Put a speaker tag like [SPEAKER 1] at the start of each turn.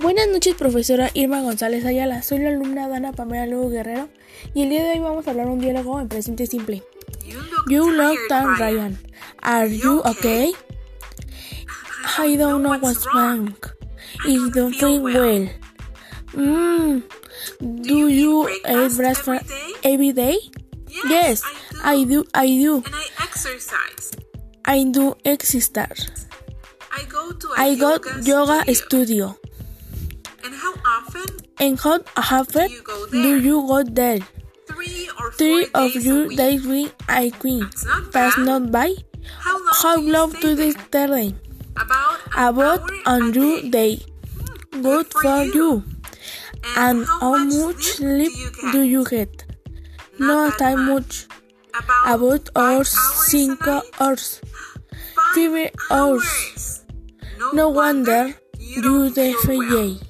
[SPEAKER 1] Buenas noches, profesora Irma González Ayala. Soy la alumna Dana Pamela Lugo Guerrero y el día de hoy vamos a hablar un diálogo en presente simple. You look tan Ryan. Are you okay? I don't know what's wrong. I don't feel well. Mm, do you eat breakfast every day? Yes, I do. I do.
[SPEAKER 2] And I exercise.
[SPEAKER 1] I do exercise.
[SPEAKER 2] I go to a
[SPEAKER 1] I go
[SPEAKER 2] yoga,
[SPEAKER 1] yoga
[SPEAKER 2] studio.
[SPEAKER 1] studio.
[SPEAKER 2] And how often?
[SPEAKER 1] And how often
[SPEAKER 2] you go
[SPEAKER 1] do
[SPEAKER 2] there?
[SPEAKER 1] you go there?
[SPEAKER 2] Three or
[SPEAKER 1] Three
[SPEAKER 2] four
[SPEAKER 1] of
[SPEAKER 2] days a
[SPEAKER 1] you
[SPEAKER 2] week.
[SPEAKER 1] days we I queen.
[SPEAKER 2] That's not
[SPEAKER 1] Pass
[SPEAKER 2] bad.
[SPEAKER 1] not by.
[SPEAKER 2] How long
[SPEAKER 1] How
[SPEAKER 2] do you
[SPEAKER 1] long
[SPEAKER 2] stay
[SPEAKER 1] to
[SPEAKER 2] there?
[SPEAKER 1] this terrain?
[SPEAKER 2] About an
[SPEAKER 1] About
[SPEAKER 2] hour
[SPEAKER 1] on
[SPEAKER 2] a
[SPEAKER 1] you
[SPEAKER 2] day. Hmm,
[SPEAKER 1] day. Good for you. And how much sleep do you get? No
[SPEAKER 2] Not that
[SPEAKER 1] time much.
[SPEAKER 2] much. About,
[SPEAKER 1] About
[SPEAKER 2] five
[SPEAKER 1] hours,
[SPEAKER 2] hours a
[SPEAKER 1] cinco
[SPEAKER 2] night?
[SPEAKER 1] hours.
[SPEAKER 2] Five
[SPEAKER 1] three hours.
[SPEAKER 2] hours.
[SPEAKER 1] No wonder you
[SPEAKER 2] you don't
[SPEAKER 1] the
[SPEAKER 2] feel well.
[SPEAKER 1] yay.